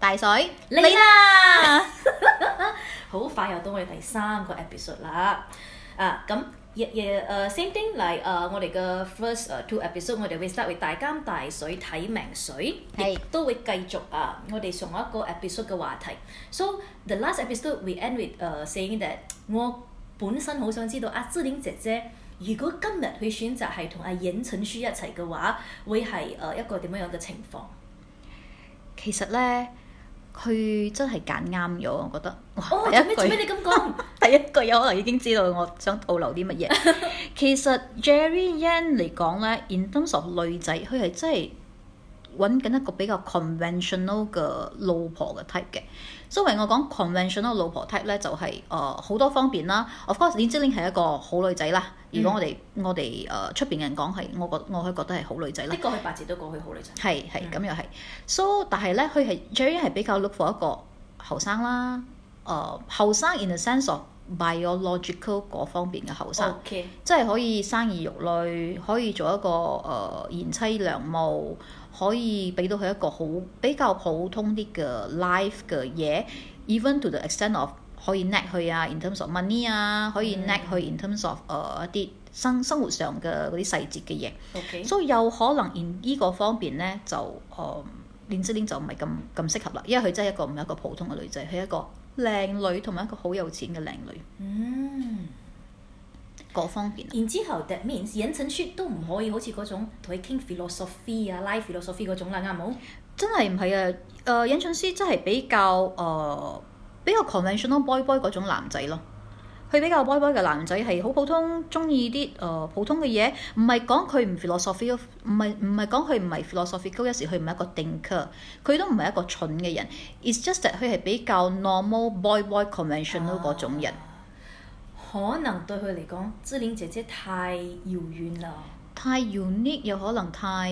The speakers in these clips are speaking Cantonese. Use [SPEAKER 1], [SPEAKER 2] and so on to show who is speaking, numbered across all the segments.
[SPEAKER 1] 大水，
[SPEAKER 2] 你啦，好快又到我哋第三個 episode 啦。啊，咁亦亦誒 same thing 嚟誒、我哋嘅 first 誒 two episode，我哋會 start with 大監大水睇命水，
[SPEAKER 1] 係
[SPEAKER 2] 亦都會繼續啊。我哋上一個 episode 嘅話題，so the last episode we end with 誒、saying that 我本身好想知道阿芝玲姐姐。如果今日佢選擇係同阿尹陳書一齊嘅話，會係誒、呃一個點樣樣嘅情況？
[SPEAKER 1] 其實咧佢真係揀啱咗，我覺得。哇
[SPEAKER 2] 哦，
[SPEAKER 1] 第
[SPEAKER 2] 做
[SPEAKER 1] 一句
[SPEAKER 2] 咩做咩你咁 講？
[SPEAKER 1] 第一句有可能已經知道我想吐露啲乜嘢。 其實 Jerry Yan 嚟講咧，in terms of 女仔，佢係真係揾緊一個比較 conventional 嘅老婆嘅 type 嘅。所以我講 conventional 老婆 type 咧，就係誒好多方面啦。Of course，林志玲係一個好女仔啦。如果我哋、我哋誒出邊人講係，我覺我係覺得係好女仔啦
[SPEAKER 2] 的。過去八字都過去好女仔。
[SPEAKER 1] 係係咁又係。So 但係咧，佢係 Jerry 係比較 look for 一個後生啦，誒後生 in the sense of biological 嗰方面嘅後生
[SPEAKER 2] O K，
[SPEAKER 1] 即係可以生兒育女，可以做一個誒、呃賢妻良母，可以俾到佢一個好比較普通啲嘅 life 嘅嘢，even to the extent of 可以 net 佢啊，in terms of money 啊，可以 net 佢 in terms of 誒、呃一啲生生活上嘅嗰啲細節嘅嘢。
[SPEAKER 2] O K，
[SPEAKER 1] 所以有可能 in 呢個方面咧，就誒連之玲就唔係咁咁適合啦，因為佢真係一個唔係一個普通嘅女仔，佢係一個靚女同埋一個好有錢嘅靚女
[SPEAKER 2] 嗯，
[SPEAKER 1] 嗰方面。
[SPEAKER 2] 然之後 that means 引陳書都唔可以好似嗰種同佢傾 philosophy 啊、life philosophy 嗰種啦，啱冇？
[SPEAKER 1] 真係唔係啊！誒、引進師真係比較誒、呃比較 conventional boy boy 嗰種男仔咯。佢比較 boy boy 嘅男仔係好普通，中意啲誒普通嘅嘢，唔係講佢唔 philosophical，唔係唔係講佢唔係 philosophical，有時佢唔係一個 thinker，佢都唔係一個蠢嘅人。It's just that 佢係比較 normal boy boy
[SPEAKER 2] 啊
[SPEAKER 1] conventional 嗰種人，
[SPEAKER 2] 可能對佢嚟講，芝玲姐姐太遙遠啦。
[SPEAKER 1] 太 unique 又可能太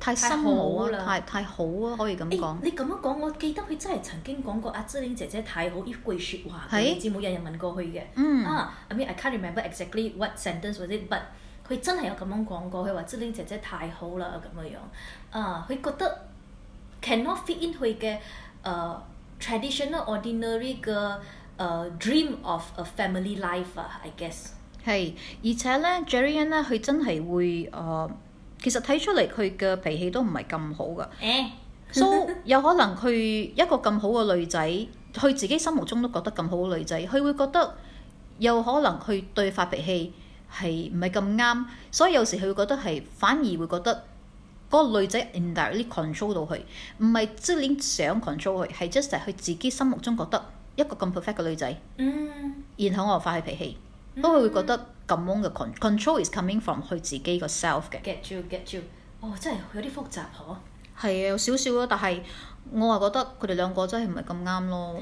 [SPEAKER 1] 太
[SPEAKER 2] 太
[SPEAKER 1] 深奧
[SPEAKER 2] 好
[SPEAKER 1] 啊，
[SPEAKER 2] 啦
[SPEAKER 1] 太太好啊，可以咁
[SPEAKER 2] 誒
[SPEAKER 1] 講。
[SPEAKER 2] 你咁樣講，我記得佢真係曾經講過阿芝玲姐姐太好呢句説話嘅，
[SPEAKER 1] 係
[SPEAKER 2] 你知冇？有人問過佢嘅。
[SPEAKER 1] 嗯
[SPEAKER 2] 啊，I mean I can't remember exactly what sentence was it，but 佢真係有咁樣講過，佢話芝玲姐姐太好啦咁樣樣。啊，佢覺得 cannot fit in 佢嘅誒 traditional ordinary 嘅誒、呃 dream of a family life 啊，I guess。
[SPEAKER 1] 係，而且咧 Jerry Ann 咧，佢真係會誒、呃其實睇出嚟佢嘅脾氣都唔係咁好噶，
[SPEAKER 2] 誒，
[SPEAKER 1] so 有可能佢一個咁好嘅女仔，佢自己心目中都覺得咁好嘅女仔，佢會覺得有可能佢對發脾氣係唔係咁啱，所以有時佢會覺得係反而會覺得嗰個女仔 indirectly control 到佢，唔係即係你想 control 佢，係 just 係佢自己心目中覺得一個咁 perfect 嘅女仔。
[SPEAKER 2] 嗯，
[SPEAKER 1] 然後我又發起脾氣，不過會覺得咁樣嘅 con- control is coming from 佢自己個 self 嘅。
[SPEAKER 2] get you get you，哦，真係有啲複雜嗬。
[SPEAKER 1] 係啊，有少少咯，但係我啊係覺得佢哋兩個真係唔係咁啱咯。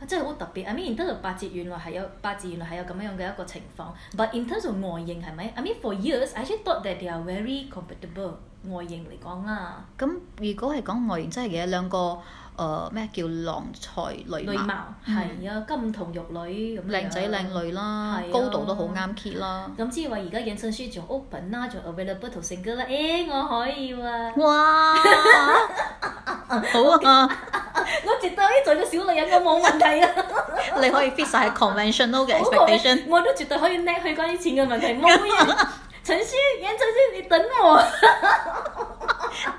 [SPEAKER 2] 啊真係好特別。I mean，in terms of 八字原來係有八字原來係有咁樣嘅一個情況。But in terms of 外形係咪？I mean for years I actually thought that they are very compatible。外形嚟講啦，
[SPEAKER 1] 咁如果係講外形真係嘅兩個誒咩、叫郎才女
[SPEAKER 2] 女
[SPEAKER 1] 貌，嗯
[SPEAKER 2] 貌係啊，金童玉女咁樣
[SPEAKER 1] 靚仔靚女啦
[SPEAKER 2] 係，啊
[SPEAKER 1] 高度都好啱 key 啦。
[SPEAKER 2] 咁之話而家引申書仲 open 啦，仲 available to single 啦。誒、我可以喎、
[SPEAKER 1] 哇！好啊，
[SPEAKER 2] 我絕對可以做個小女人，我冇問 題啊。
[SPEAKER 1] 你可以 fit 晒係 conventional 嘅
[SPEAKER 2] 好過你
[SPEAKER 1] expectation。
[SPEAKER 2] 我都絕對可以叻去關於錢嘅問題。冇嘢，陳書，引陳書，你等我。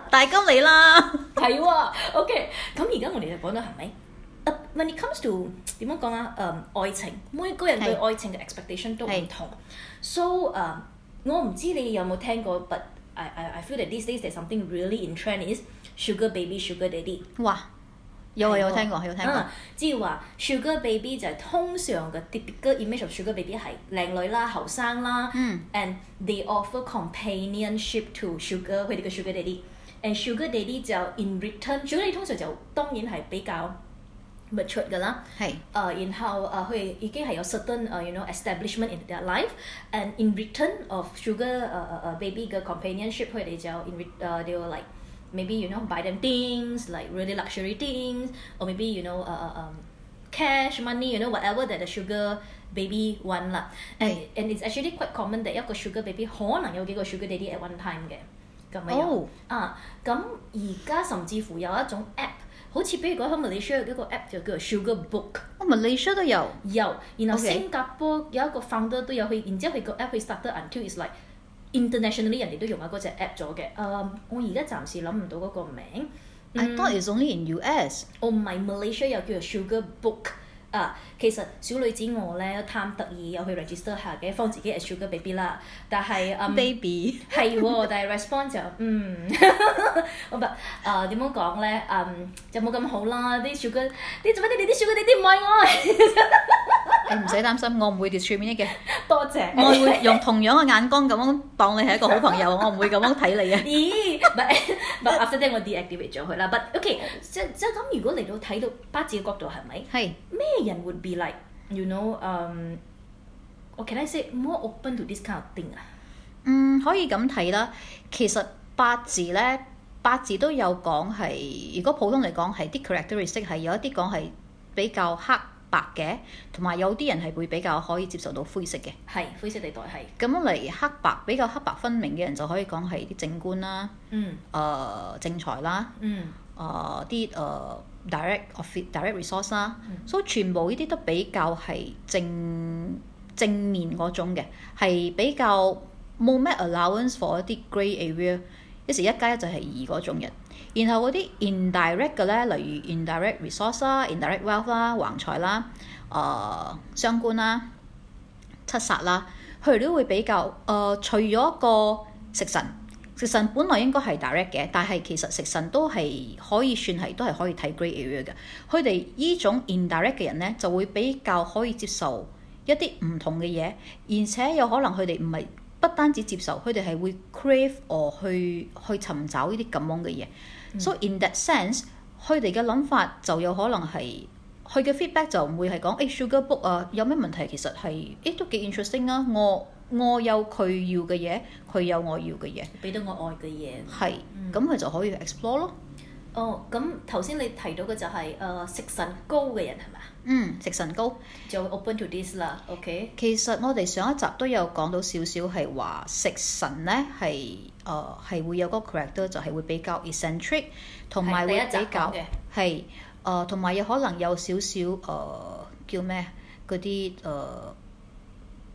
[SPEAKER 1] 大金你啦，
[SPEAKER 2] 係喎，OK。咁而家我哋就講到係咪？Uh, When it comes to 點樣講啊？誒、愛情，每個人對
[SPEAKER 1] 係
[SPEAKER 2] 愛情嘅 expectation 都唔
[SPEAKER 1] 係
[SPEAKER 2] 同。So 誒、我唔知你有冇聽過，but I I I feel that these days there's something really in trend is sugar baby sugar daddy。
[SPEAKER 1] 哇！有啊有
[SPEAKER 2] 係喎
[SPEAKER 1] 聽過有聽過
[SPEAKER 2] 嗯。即係話 Sugar Baby 就係通常嘅 typical image of Sugar Baby 係靚女啦、後生啦、
[SPEAKER 1] 嗯
[SPEAKER 2] a n d they offer companionship to Sugar 佢哋嘅 Sugar Daddy。and Sugar Daddy 就 in return，Sugar Daddy 通常就當然係比較 mature 㗎啦。
[SPEAKER 1] 係。
[SPEAKER 2] 誒、然後誒佢哋 uh, 已經係有 certain 誒、you know establishment in their life，and in return of sugar 誒、誒誒 baby 嘅 companionship，佢哋就 in re- 誒、they will like maybe you know buy them things like really luxury things or maybe you know 誒、誒、um, cash money you know whatever that the sugar baby want 啦。And
[SPEAKER 1] 係
[SPEAKER 2] and it's actually quite common that 一個 sugar baby 可能有幾個 sugar daddy at one time 啊嘅咁樣。
[SPEAKER 1] 哦
[SPEAKER 2] 啊，咁而家甚至乎有一種 app 好似比如講喺 Malaysia 有一個 app 就叫做 Sugar Book。
[SPEAKER 1] 哦，Malaysia 都有。
[SPEAKER 2] 有，然後
[SPEAKER 1] Okay.
[SPEAKER 2] 新加坡有一個 founder 都有去，然之後佢個 app 去 started until is like internationally 人哋都用啊嗰隻 app 咗嘅。誒、嗯我而家暫時諗唔到嗰個名。
[SPEAKER 1] I thought it's only in US。
[SPEAKER 2] 我唔係 Malaysia 又叫做 Sugar Book 啊，其實小女子我咧貪得意有去 register 下嘅，放自己係 Sugar Baby 啦，但係嗯。
[SPEAKER 1] Baby。
[SPEAKER 2] 係喎，但係 response 就嗯， 我話誒點樣講咧？嗯，就冇咁好啦。啲 sugar，啲做乜你哋啲 sugar 你啲唔愛我？
[SPEAKER 1] 你唔使擔心，我唔會 discriminate 嘅。
[SPEAKER 2] 多謝。
[SPEAKER 1] 我會用同樣嘅眼光咁樣當你係一個好朋友，我唔會咁樣睇你 嘅。
[SPEAKER 2] 咦，but but after that 我 deactivate 咗佢啦。But OK，即即咁如果嚟到睇到八字嘅角度係咪
[SPEAKER 1] 係
[SPEAKER 2] 咩人 would be like you know 嗯、我 can I say more open to this kind of thing 啊？
[SPEAKER 1] 嗯，可以咁睇啦。其實八字咧，八字都有講係，如果普通嚟講係啲 characteristic 係有一啲講係比較黑白嘅，同埋有啲人係會比較可以接受到灰色嘅。
[SPEAKER 2] 係灰色地帶係
[SPEAKER 1] 咁嚟黑白比較黑白分明嘅人就可以講係啲正官啦、
[SPEAKER 2] 嗯
[SPEAKER 1] 誒、正財啦、
[SPEAKER 2] 嗯
[SPEAKER 1] 誒呃啲誒 direct office direct resource 啦，所以全部呢啲都比較係正正面嗰種嘅，係比較冇咩 allowance for 一啲 grey area，一時一加一就係二嗰種人。然後嗰啲 indirect 嘅咧，例如 indirect resource 啦、indirect wealth 啦、橫財啦、誒、相官啦、七殺啦，佢哋都會比較誒、呃除咗一個食神。食神本來應該係 direct 嘅，但係其實食神都係可以算係都係可以睇 grey area 嘅。佢哋依種 indirect 嘅人咧，就會比較可以接受一啲唔同嘅嘢，而且有可能佢哋唔係不單止接受，佢哋係會 crave or 去去尋找呢啲咁樣嘅嘢。So in that sense，佢哋嘅諗法就有可能係。佢嘅 feedback 就唔會係講誒 sugar book 啊，有咩問題？其實係誒都幾 interesting 啊！我我有佢要嘅嘢，佢有我要嘅嘢。
[SPEAKER 2] 俾到我愛嘅嘢。
[SPEAKER 1] 係，
[SPEAKER 2] 嗯
[SPEAKER 1] 咁佢就可以去 explore 咯。
[SPEAKER 2] 哦，咁頭先你提到嘅就係、呃誒、食神高嘅人係啊嘛？
[SPEAKER 1] 嗯，食神高。
[SPEAKER 2] 就 open to this 啦，OK。
[SPEAKER 1] 其實我哋上一集都有講到少少係話食神咧係誒係會有個 character 就係會比較 eccentric，同埋
[SPEAKER 2] 係第
[SPEAKER 1] 會
[SPEAKER 2] 一集
[SPEAKER 1] 比較
[SPEAKER 2] 講嘅
[SPEAKER 1] 係誒，同埋有可能有少少誒叫咩啊嗰啲呃誒。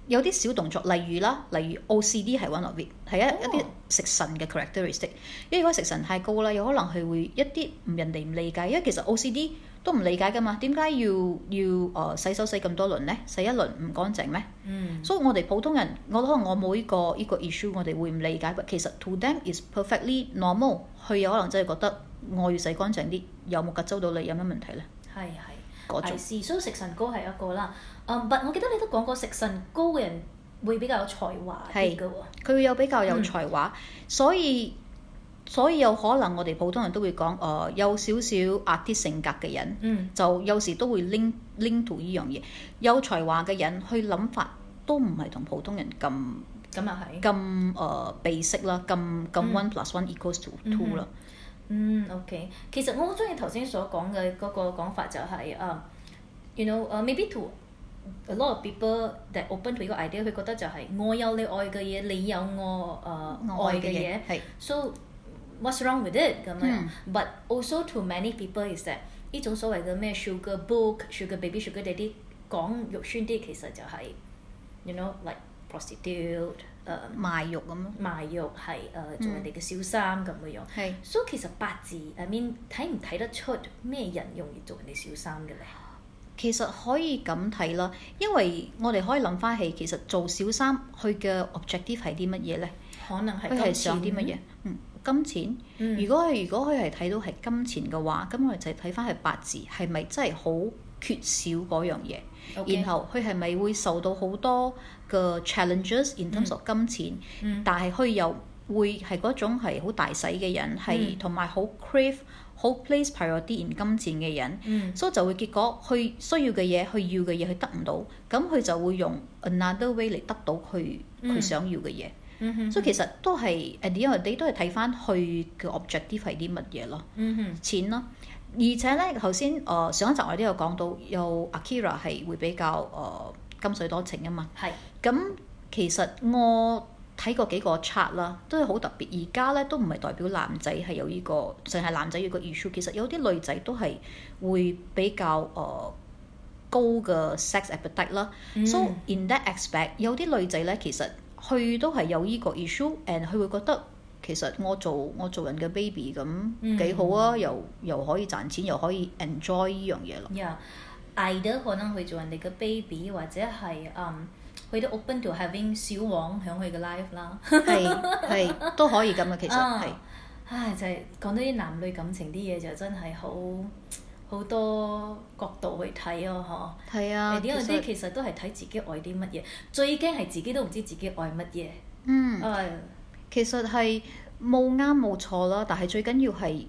[SPEAKER 1] 有啲小動作，例如啦，例如 OCD 係 one of it，係一、
[SPEAKER 2] 哦
[SPEAKER 1] 一啲食神嘅 characteristic。因為如果食神太高啦，有可能係會一啲唔人哋唔理解，因為其實 OCD 都唔理解噶嘛，點解要要誒、呃洗手洗咁多輪呢？洗一輪唔乾淨咩？
[SPEAKER 2] 嗯
[SPEAKER 1] 所以我哋普通人，我可能我冇呢個呢個 issue，我哋會唔理解。其實 to them is perfectly normal，佢有可能真係覺得我要洗乾淨啲，有冇及周到你有咩問題呢？
[SPEAKER 2] 係係，
[SPEAKER 1] 嗰
[SPEAKER 2] 係
[SPEAKER 1] 種
[SPEAKER 2] 是，所以食神高係一個啦。嗯，but 我記得你都講過食神高嘅人會比較有才華啲嘅喎。
[SPEAKER 1] 佢會有比較有才華，所以所以有可能我哋普通人都會講誒、呃有少少 artist 性格嘅人，
[SPEAKER 2] 嗯
[SPEAKER 1] 就有時都會 link link to 呢樣嘢。有才華嘅人去諗法都唔係同普通人咁
[SPEAKER 2] 咁又係。
[SPEAKER 1] 咁誒 basic 啦，咁咁
[SPEAKER 2] 嗯
[SPEAKER 1] one plus one equals to
[SPEAKER 2] 嗯
[SPEAKER 1] two
[SPEAKER 2] 哼
[SPEAKER 1] 啦。
[SPEAKER 2] 嗯，OK。其實我好中意頭先所講嘅嗰個講法就係、嗯 y o u know，誒、maybe 呃 to a lot of people that open to 呢個 idea，佢覺得就係我有你愛嘅嘢，你有我誒、呃
[SPEAKER 1] 我愛
[SPEAKER 2] 愛
[SPEAKER 1] 嘅
[SPEAKER 2] 嘅嘢
[SPEAKER 1] 嘢。係
[SPEAKER 2] So what's wrong with it 咁樣、
[SPEAKER 1] 嗯
[SPEAKER 2] But also to many people is that 呢種所謂嘅咩 sugar book、sugar baby、sugar daddy 講肉酸啲，其實就係、you know like prostitute 呃誒、
[SPEAKER 1] 呃賣肉咁咯。
[SPEAKER 2] 賣肉係誒、呃做人哋嘅小三咁嘅樣。
[SPEAKER 1] 係
[SPEAKER 2] So 其實八字 I mean 睇唔睇得出咩人容易做人哋小三嘅咧？
[SPEAKER 1] 其實可以咁睇啦，因為我哋可以諗翻起，其實做小三佢嘅 objective 係啲乜嘢咧？
[SPEAKER 2] 可能
[SPEAKER 1] 佢係
[SPEAKER 2] 係
[SPEAKER 1] 想啲乜嘢？嗯，金錢。
[SPEAKER 2] 嗯
[SPEAKER 1] 如果佢如果佢係睇到係金錢嘅話，咁我哋就睇翻係八字係咪真係好缺少嗰樣嘢
[SPEAKER 2] OK
[SPEAKER 1] 然後佢係咪會受到好多嘅 challenges in terms of 金錢，
[SPEAKER 2] 嗯
[SPEAKER 1] 但係佢又會係嗰種係好大使嘅人，係
[SPEAKER 2] 嗯
[SPEAKER 1] 同埋好 crave 好 place priority in 金錢嘅人。
[SPEAKER 2] 嗯
[SPEAKER 1] 所以就會結果佢需要嘅嘢，佢要嘅嘢，佢得唔到，咁佢就會用 another way 嚟得到佢佢
[SPEAKER 2] 嗯
[SPEAKER 1] 想要嘅嘢。
[SPEAKER 2] 嗯哼
[SPEAKER 1] 所以其實都係 at the end of the day 都係睇翻佢嘅 objective 係啲乜嘢咯，
[SPEAKER 2] 嗯哼
[SPEAKER 1] 錢咯。而且咧頭先誒上一集我哋都有講到，有 Akira 係會比較誒、呃、金水多情啊嘛。
[SPEAKER 2] 係
[SPEAKER 1] 咁其實我睇過幾個 chart 啦，都係好特別。而家咧都唔係代表男仔係有呢、個，淨係男仔有個 issue。其實有啲女仔都係會比較誒、呃高嘅 sex appetite 啦。So
[SPEAKER 2] 嗯
[SPEAKER 1] in that aspect，有啲女仔咧其實佢都係有呢個 issue，and 佢會覺得其實我做我做人嘅 baby
[SPEAKER 2] 嗯
[SPEAKER 1] 咁幾好啊，又又可以賺錢，又可以 enjoy 呢樣嘢 咯。
[SPEAKER 2] Yeah, either 可能會做人哋嘅 baby，或者係嗯，佢都 open to having 小王響佢嘅 life 啦。
[SPEAKER 1] 係係都可以咁嘅，其實
[SPEAKER 2] 啊
[SPEAKER 1] 係。
[SPEAKER 2] 唉，就係講到啲男女感情啲嘢就真係好好多角度去睇咯，
[SPEAKER 1] 係
[SPEAKER 2] 嗬。
[SPEAKER 1] 啊，
[SPEAKER 2] 呢
[SPEAKER 1] 其
[SPEAKER 2] 啲
[SPEAKER 1] 實
[SPEAKER 2] 其實都係睇自己愛啲乜嘢，最驚係自己都唔知自己愛乜嘢。哎
[SPEAKER 1] 嗯，
[SPEAKER 2] 唉，
[SPEAKER 1] 其實係冇啱冇錯啦，但係最緊要係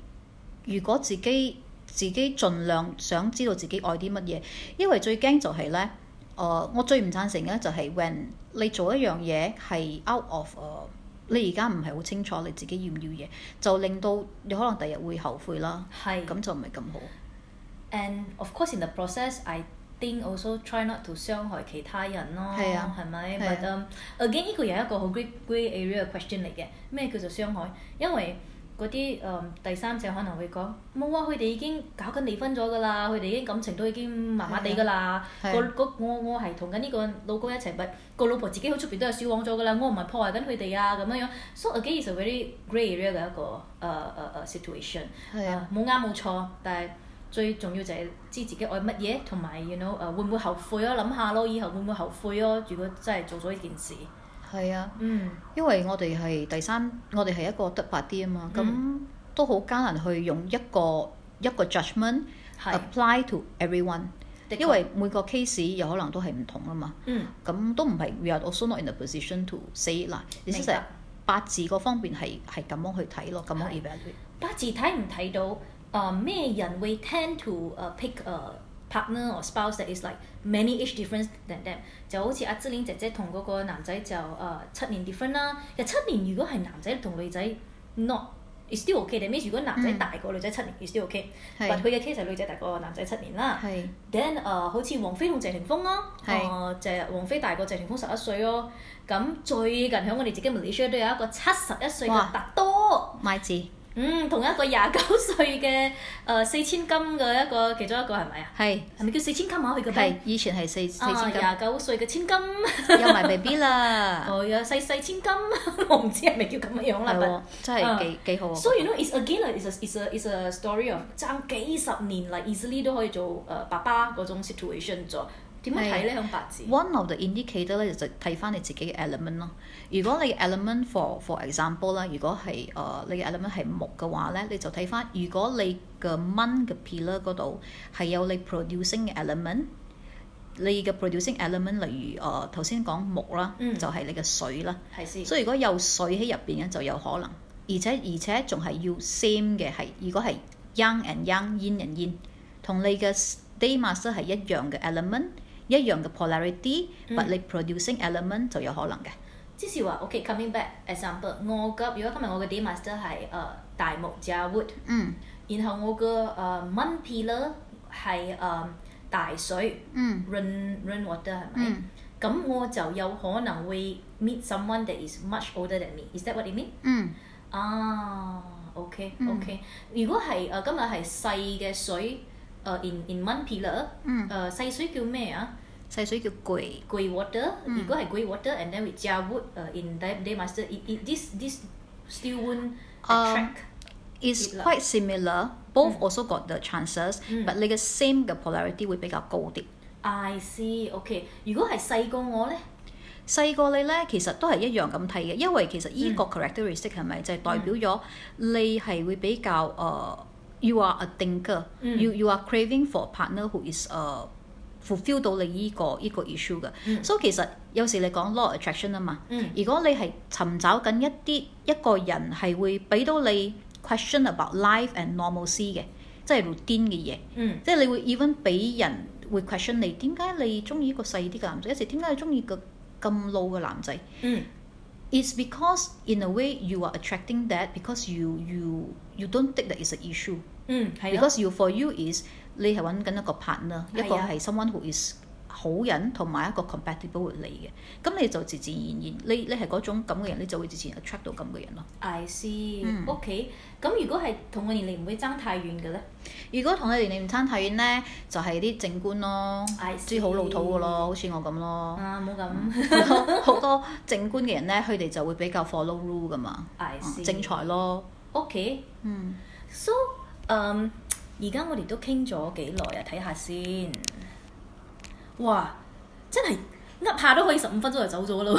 [SPEAKER 1] 如果自己自己盡量想知道自己愛啲乜嘢，因為最驚就係咧，誒、我最唔贊成嘅就係 when 你做一樣嘢係 out of 誒、你而家唔係好清楚你自己要唔要嘢，就令到你可能第日會後悔啦，
[SPEAKER 2] 係。
[SPEAKER 1] 咁就唔係咁好。
[SPEAKER 2] And of course in the process, I think also try not to 傷害其他人咯，
[SPEAKER 1] 係啊
[SPEAKER 2] 係咪
[SPEAKER 1] 係啊
[SPEAKER 2] ？But um, again，呢個又係一個好 grey grey area 嘅 question 嚟嘅。咩叫做傷害？因為嗰啲誒第三者可能會講冇啊，佢哋已經搞緊離婚咗㗎啦，佢哋已經感情都已經麻麻地㗎啦。
[SPEAKER 1] 係啊
[SPEAKER 2] 個個我我係同緊呢個老公一齊，但個老婆自己喺出邊都有小往咗㗎啦，我唔係破壞緊佢哋啊咁樣樣。So again，is a very grey area 嘅一個誒誒誒 situation。
[SPEAKER 1] 係啊，
[SPEAKER 2] 冇啱冇錯，但係最重要就係知自己愛乜嘢，同埋 you know 啊誒會唔會後悔咯？諗下咯，以後會唔會後悔咯？如果真係做咗呢件事，
[SPEAKER 1] 係啊。
[SPEAKER 2] 嗯
[SPEAKER 1] 因為我哋係第三，我哋係一個得白啲啊嘛，咁、
[SPEAKER 2] 嗯
[SPEAKER 1] 都好艱難去用一個一個 judgment
[SPEAKER 2] 係
[SPEAKER 1] apply to everyone，
[SPEAKER 2] 的確
[SPEAKER 1] 因為每個 case 有可能都係唔同啊嘛，
[SPEAKER 2] 嗯
[SPEAKER 1] 咁都唔係 we are also not in the position to say 嗱，你
[SPEAKER 2] 明
[SPEAKER 1] 其實
[SPEAKER 2] 白
[SPEAKER 1] 八字嗰方面係係咁樣去睇咯，咁樣
[SPEAKER 2] 係
[SPEAKER 1] evaluate。
[SPEAKER 2] 八字睇唔睇到誒咩、人會 tend to 誒、pick 誒、partner or spouse that is like many age difference than them，就好似阿芝玲姐姐同嗰個男仔就誒、啊七年 different 啦。其實七年如果係男仔同女仔 not。is still okay，that means 如果男仔
[SPEAKER 1] 嗯
[SPEAKER 2] 大過女仔七年，is still okay。
[SPEAKER 1] 係
[SPEAKER 2] 但佢嘅 case 係女仔大過男仔七年啦。
[SPEAKER 1] 係
[SPEAKER 2] then 誒、好似王菲同謝霆鋒咯，
[SPEAKER 1] 係
[SPEAKER 2] 誒謝王菲大過謝霆鋒十一歲咯。咁最近喺我哋自己 Malaysia 都有一個七十一歲
[SPEAKER 1] 哇
[SPEAKER 2] 嘅達多。
[SPEAKER 1] 買字
[SPEAKER 2] 嗯，同一個廿九 歲嘅誒四千金嘅一個其中一個係咪啊？
[SPEAKER 1] 係
[SPEAKER 2] 係咪叫四千金啊？佢個
[SPEAKER 1] 係
[SPEAKER 2] band
[SPEAKER 1] 以前係四四
[SPEAKER 2] 啊，
[SPEAKER 1] 千
[SPEAKER 2] 廿九歲嘅千金，
[SPEAKER 1] 金，有埋 BB 啦，
[SPEAKER 2] 哦，有細細千金， 我唔知係咪叫咁嘅樣
[SPEAKER 1] 係喎
[SPEAKER 2] 啦。，
[SPEAKER 1] 真係幾幾好啊！
[SPEAKER 2] 所以 you know it's again like, it's a it's a it's a story of 爭幾十年嚟 easily 都可以做誒、呃爸爸嗰種 situation 咗。點樣睇咧？響八字
[SPEAKER 1] One of the indicator 咧就睇翻你自己嘅 element 咯。如果你嘅 element for for example 啦，如果係誒、呃你嘅 element 係木嘅話咧，你就睇翻如果你嘅 mon 嘅 pillar 嗰度係有你 producing 嘅 element。你嘅 producing element，例如誒頭先講木啦，
[SPEAKER 2] 嗯
[SPEAKER 1] 就係你嘅水啦。
[SPEAKER 2] 係先。
[SPEAKER 1] 所以如果有水喺入邊嘅就有可能，而且而且仲係要 same 嘅係，如果係 young and young yin and yin，同你嘅 day master 係一樣嘅 element，一樣嘅 polarity，
[SPEAKER 2] 嗯
[SPEAKER 1] but 你 producing element 就有可能嘅。
[SPEAKER 2] 即是話，OK，coming、back example，我嘅如果今日我嘅 day master 係誒、呃大木加 wood。
[SPEAKER 1] 嗯
[SPEAKER 2] 然後我嘅誒 mon pillar 係誒大水
[SPEAKER 1] 嗯
[SPEAKER 2] rain rain water 係咪
[SPEAKER 1] 嗯？
[SPEAKER 2] 咁、我就有可能會 meet someone that is much older than me。Is that what you mean？
[SPEAKER 1] 嗯
[SPEAKER 2] 啊，OK
[SPEAKER 1] 嗯
[SPEAKER 2] OK、如果係誒、呃今日係細嘅水誒、呃 in in mon pillar 誒、
[SPEAKER 1] 嗯，
[SPEAKER 2] 呃、細水叫咩啊？
[SPEAKER 1] 細水叫攰。
[SPEAKER 2] grey water、
[SPEAKER 1] 嗯
[SPEAKER 2] 如果係 grey water and then with jar wood 誒、呃 in day day master it, it this this still won't
[SPEAKER 1] Um,
[SPEAKER 2] attract、
[SPEAKER 1] is
[SPEAKER 2] Good luck.
[SPEAKER 1] quite similar. 嗯 Both also got the chances, but 你嘅 same 嘅 polarity 會比較高啲。
[SPEAKER 2] I see OK。如果係細過我咧？
[SPEAKER 1] 細個你咧，其實都係一樣咁睇嘅，因為其實依
[SPEAKER 2] 嗯
[SPEAKER 1] 個 characteristic 係咪就係代表咗你係會比較誒、呃 y o u are a thinker，you、
[SPEAKER 2] 嗯
[SPEAKER 1] you are craving for a partner who is 誒、fulfill 到你依、個依、個 issue 嘅。
[SPEAKER 2] 嗯
[SPEAKER 1] 所以其實有時你講 law of attraction 啊嘛，
[SPEAKER 2] 嗯
[SPEAKER 1] 如果你係尋找緊一啲一個人係會俾到你 question about life and normalcy 嘅，即係 routine 嘅嘢。
[SPEAKER 2] 嗯
[SPEAKER 1] 即係你會 even 俾人會 question 你點解你中意一個細啲嘅男仔，有時點解你中意個咁老嘅男仔
[SPEAKER 2] 嗯
[SPEAKER 1] ？It's because in a way you are attracting that because you you you don't think that is an issue
[SPEAKER 2] 嗯，係咯，
[SPEAKER 1] because you for you is 你係揾緊一個 partner，
[SPEAKER 2] 係啊
[SPEAKER 1] 一個係 someone who is 好人同埋一個 compatible with 你嘅，咁你就自自然然，你你係嗰種咁嘅人，你就會自自然 attract 到咁嘅人咯。
[SPEAKER 2] I see，
[SPEAKER 1] 嗯
[SPEAKER 2] OK。咁如果係同我年齡唔會爭太遠嘅咧
[SPEAKER 1] 如果同你年齡唔差太遠咧，就係、啲正官咯，
[SPEAKER 2] I
[SPEAKER 1] 即係好老土嘅
[SPEAKER 2] see
[SPEAKER 1] 咯，好似我咁咯。
[SPEAKER 2] 啊，冇咁
[SPEAKER 1] 好多好多正官嘅人咧，佢哋就會比較 follow rule 噶嘛，
[SPEAKER 2] I
[SPEAKER 1] 嗯
[SPEAKER 2] see。
[SPEAKER 1] 正財咯，
[SPEAKER 2] OK。
[SPEAKER 1] 嗯，
[SPEAKER 2] So，嗯，而家我哋都傾咗幾耐啊？睇下先。哇！真係噏下都可以十五分鐘就走咗咯。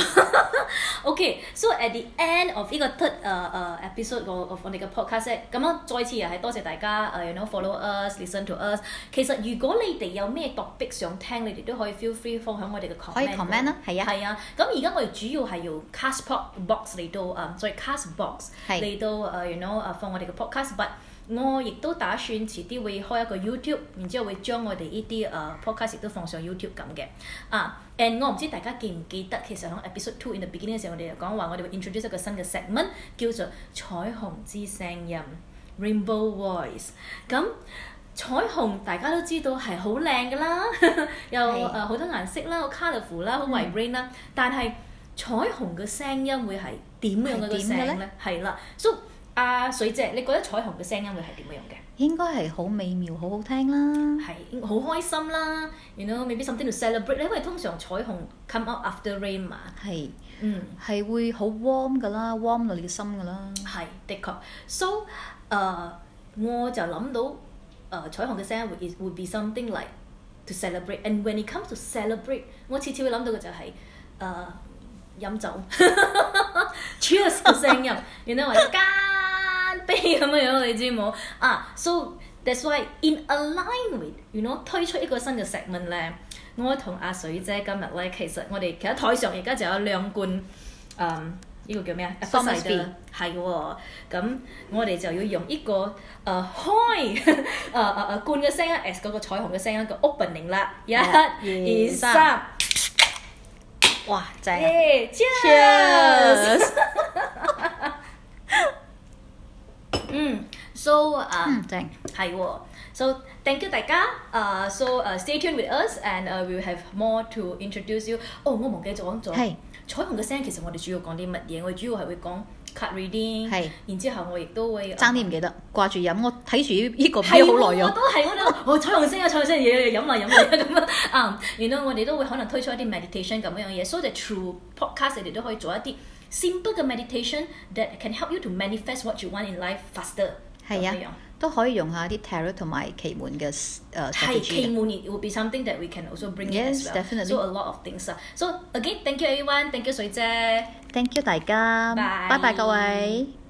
[SPEAKER 2] OK，so、at the end of 呢個 third 誒、誒、episode of of 我哋嘅 podcast 咧咁樣再次又啊係多謝大家誒、y o u know follow us，listen to us。其實如果你哋有咩 topic 想聽，你哋都可以 feel free 放喺我哋嘅 comment。
[SPEAKER 1] 可以 comment 啦，係啊，
[SPEAKER 2] 係啊，咁而家我哋主要係用 Castbox box 嚟到誒，所以 Castbox
[SPEAKER 1] 係
[SPEAKER 2] 嚟到誒，you know 誒放我哋嘅 podcast，but 我亦都打算遲啲會開一個 YouTube，然之後會將我哋呢啲誒 podcast 亦都放上 YouTube 咁嘅。啊，and 我唔知大家記唔記得，其實喺 episode two in the beginning 嘅時候，我哋就講話我哋會 introduce 一個新嘅 segment，叫做彩虹之聲音 （Rainbow Voice）。咁彩虹大家都知道係好靚㗎啦， 又誒
[SPEAKER 1] 係嗯
[SPEAKER 2] 好、多顏色啦，好 colourful 啦，好 vibrant 啦，但係彩虹嘅聲音會係點樣嘅個
[SPEAKER 1] 係點嘅
[SPEAKER 2] 聲
[SPEAKER 1] 咧
[SPEAKER 2] 咧？係啦，so 阿、水姐，你覺得彩虹嘅聲音會係點樣嘅？
[SPEAKER 1] 應該係好美妙，好好聽啦。
[SPEAKER 2] 係好開心啦，you know，maybe something to celebrate 咧，因為通常彩虹 come out after rain 嘛，
[SPEAKER 1] 係
[SPEAKER 2] 嗯，
[SPEAKER 1] 係會好 warm 噶啦，warm 到你嘅心噶啦。
[SPEAKER 2] 係的確，so 誒、我就諗到誒、彩虹嘅聲音會 is- would be something like to celebrate，and when it comes to celebrate，我次次會諗到嘅就係、呃誒、飲酒 cheers 嘅聲音，然之後或者乾 杯咁樣樣，你知冇啊？So Ah, that's why in align with，you know 推出一個新嘅 segment 咧，我同阿水姐今日咧，其實我哋其實台上而家就有兩罐誒。嗯呢個叫咩啊 a p p l e
[SPEAKER 1] Somersby
[SPEAKER 2] 係喎，咁我哋就要用呢、個誒、呃、開 誒誒誒罐嘅聲音，as 嗰個彩虹嘅聲音個 opening 啦，一、
[SPEAKER 1] 一
[SPEAKER 2] 二、
[SPEAKER 1] 二
[SPEAKER 2] 三
[SPEAKER 1] 三。哇，正啊
[SPEAKER 2] 耶
[SPEAKER 1] Cheers！
[SPEAKER 2] ！Cheers！嗯，so 啊
[SPEAKER 1] 嗯，，正。
[SPEAKER 2] 係喎，so thank you 大家，啊，so 誒 stay tuned with us and 誒 we will have more to introduce you。哦，我忘記咗講咗，
[SPEAKER 1] 係
[SPEAKER 2] 彩虹嘅聲，其實我哋主要講啲乜嘢？我哋主要係會講 card reading，
[SPEAKER 1] 係
[SPEAKER 2] 然之後我亦都會啊
[SPEAKER 1] 爭啲唔記得，掛住飲，我睇住呢呢個
[SPEAKER 2] 係
[SPEAKER 1] 啤哦好耐啊
[SPEAKER 2] 我
[SPEAKER 1] 咗。
[SPEAKER 2] 都係我都我彩虹聲啊，彩虹聲嘢嘢飲啦飲啦咁啊， 啊，然後我哋都會可能推出一啲 meditation 咁樣嘢，so that through podcast 你哋都可以做一啲 simple 嘅 meditation that can help you to manifest what you want in life faster。
[SPEAKER 1] 係啊
[SPEAKER 2] 咁樣
[SPEAKER 1] 都可以用下啲 tarot 同埋奇門嘅誒
[SPEAKER 2] 係奇
[SPEAKER 1] strategy 嘅。
[SPEAKER 2] 門 it would be something that we can also bring in
[SPEAKER 1] Yes,
[SPEAKER 2] as well.
[SPEAKER 1] definitely.
[SPEAKER 2] So a lot of things 啊。So again, thank you everyone, thank you 水姐。
[SPEAKER 1] Thank you 大家，
[SPEAKER 2] Bye
[SPEAKER 1] 拜拜各位。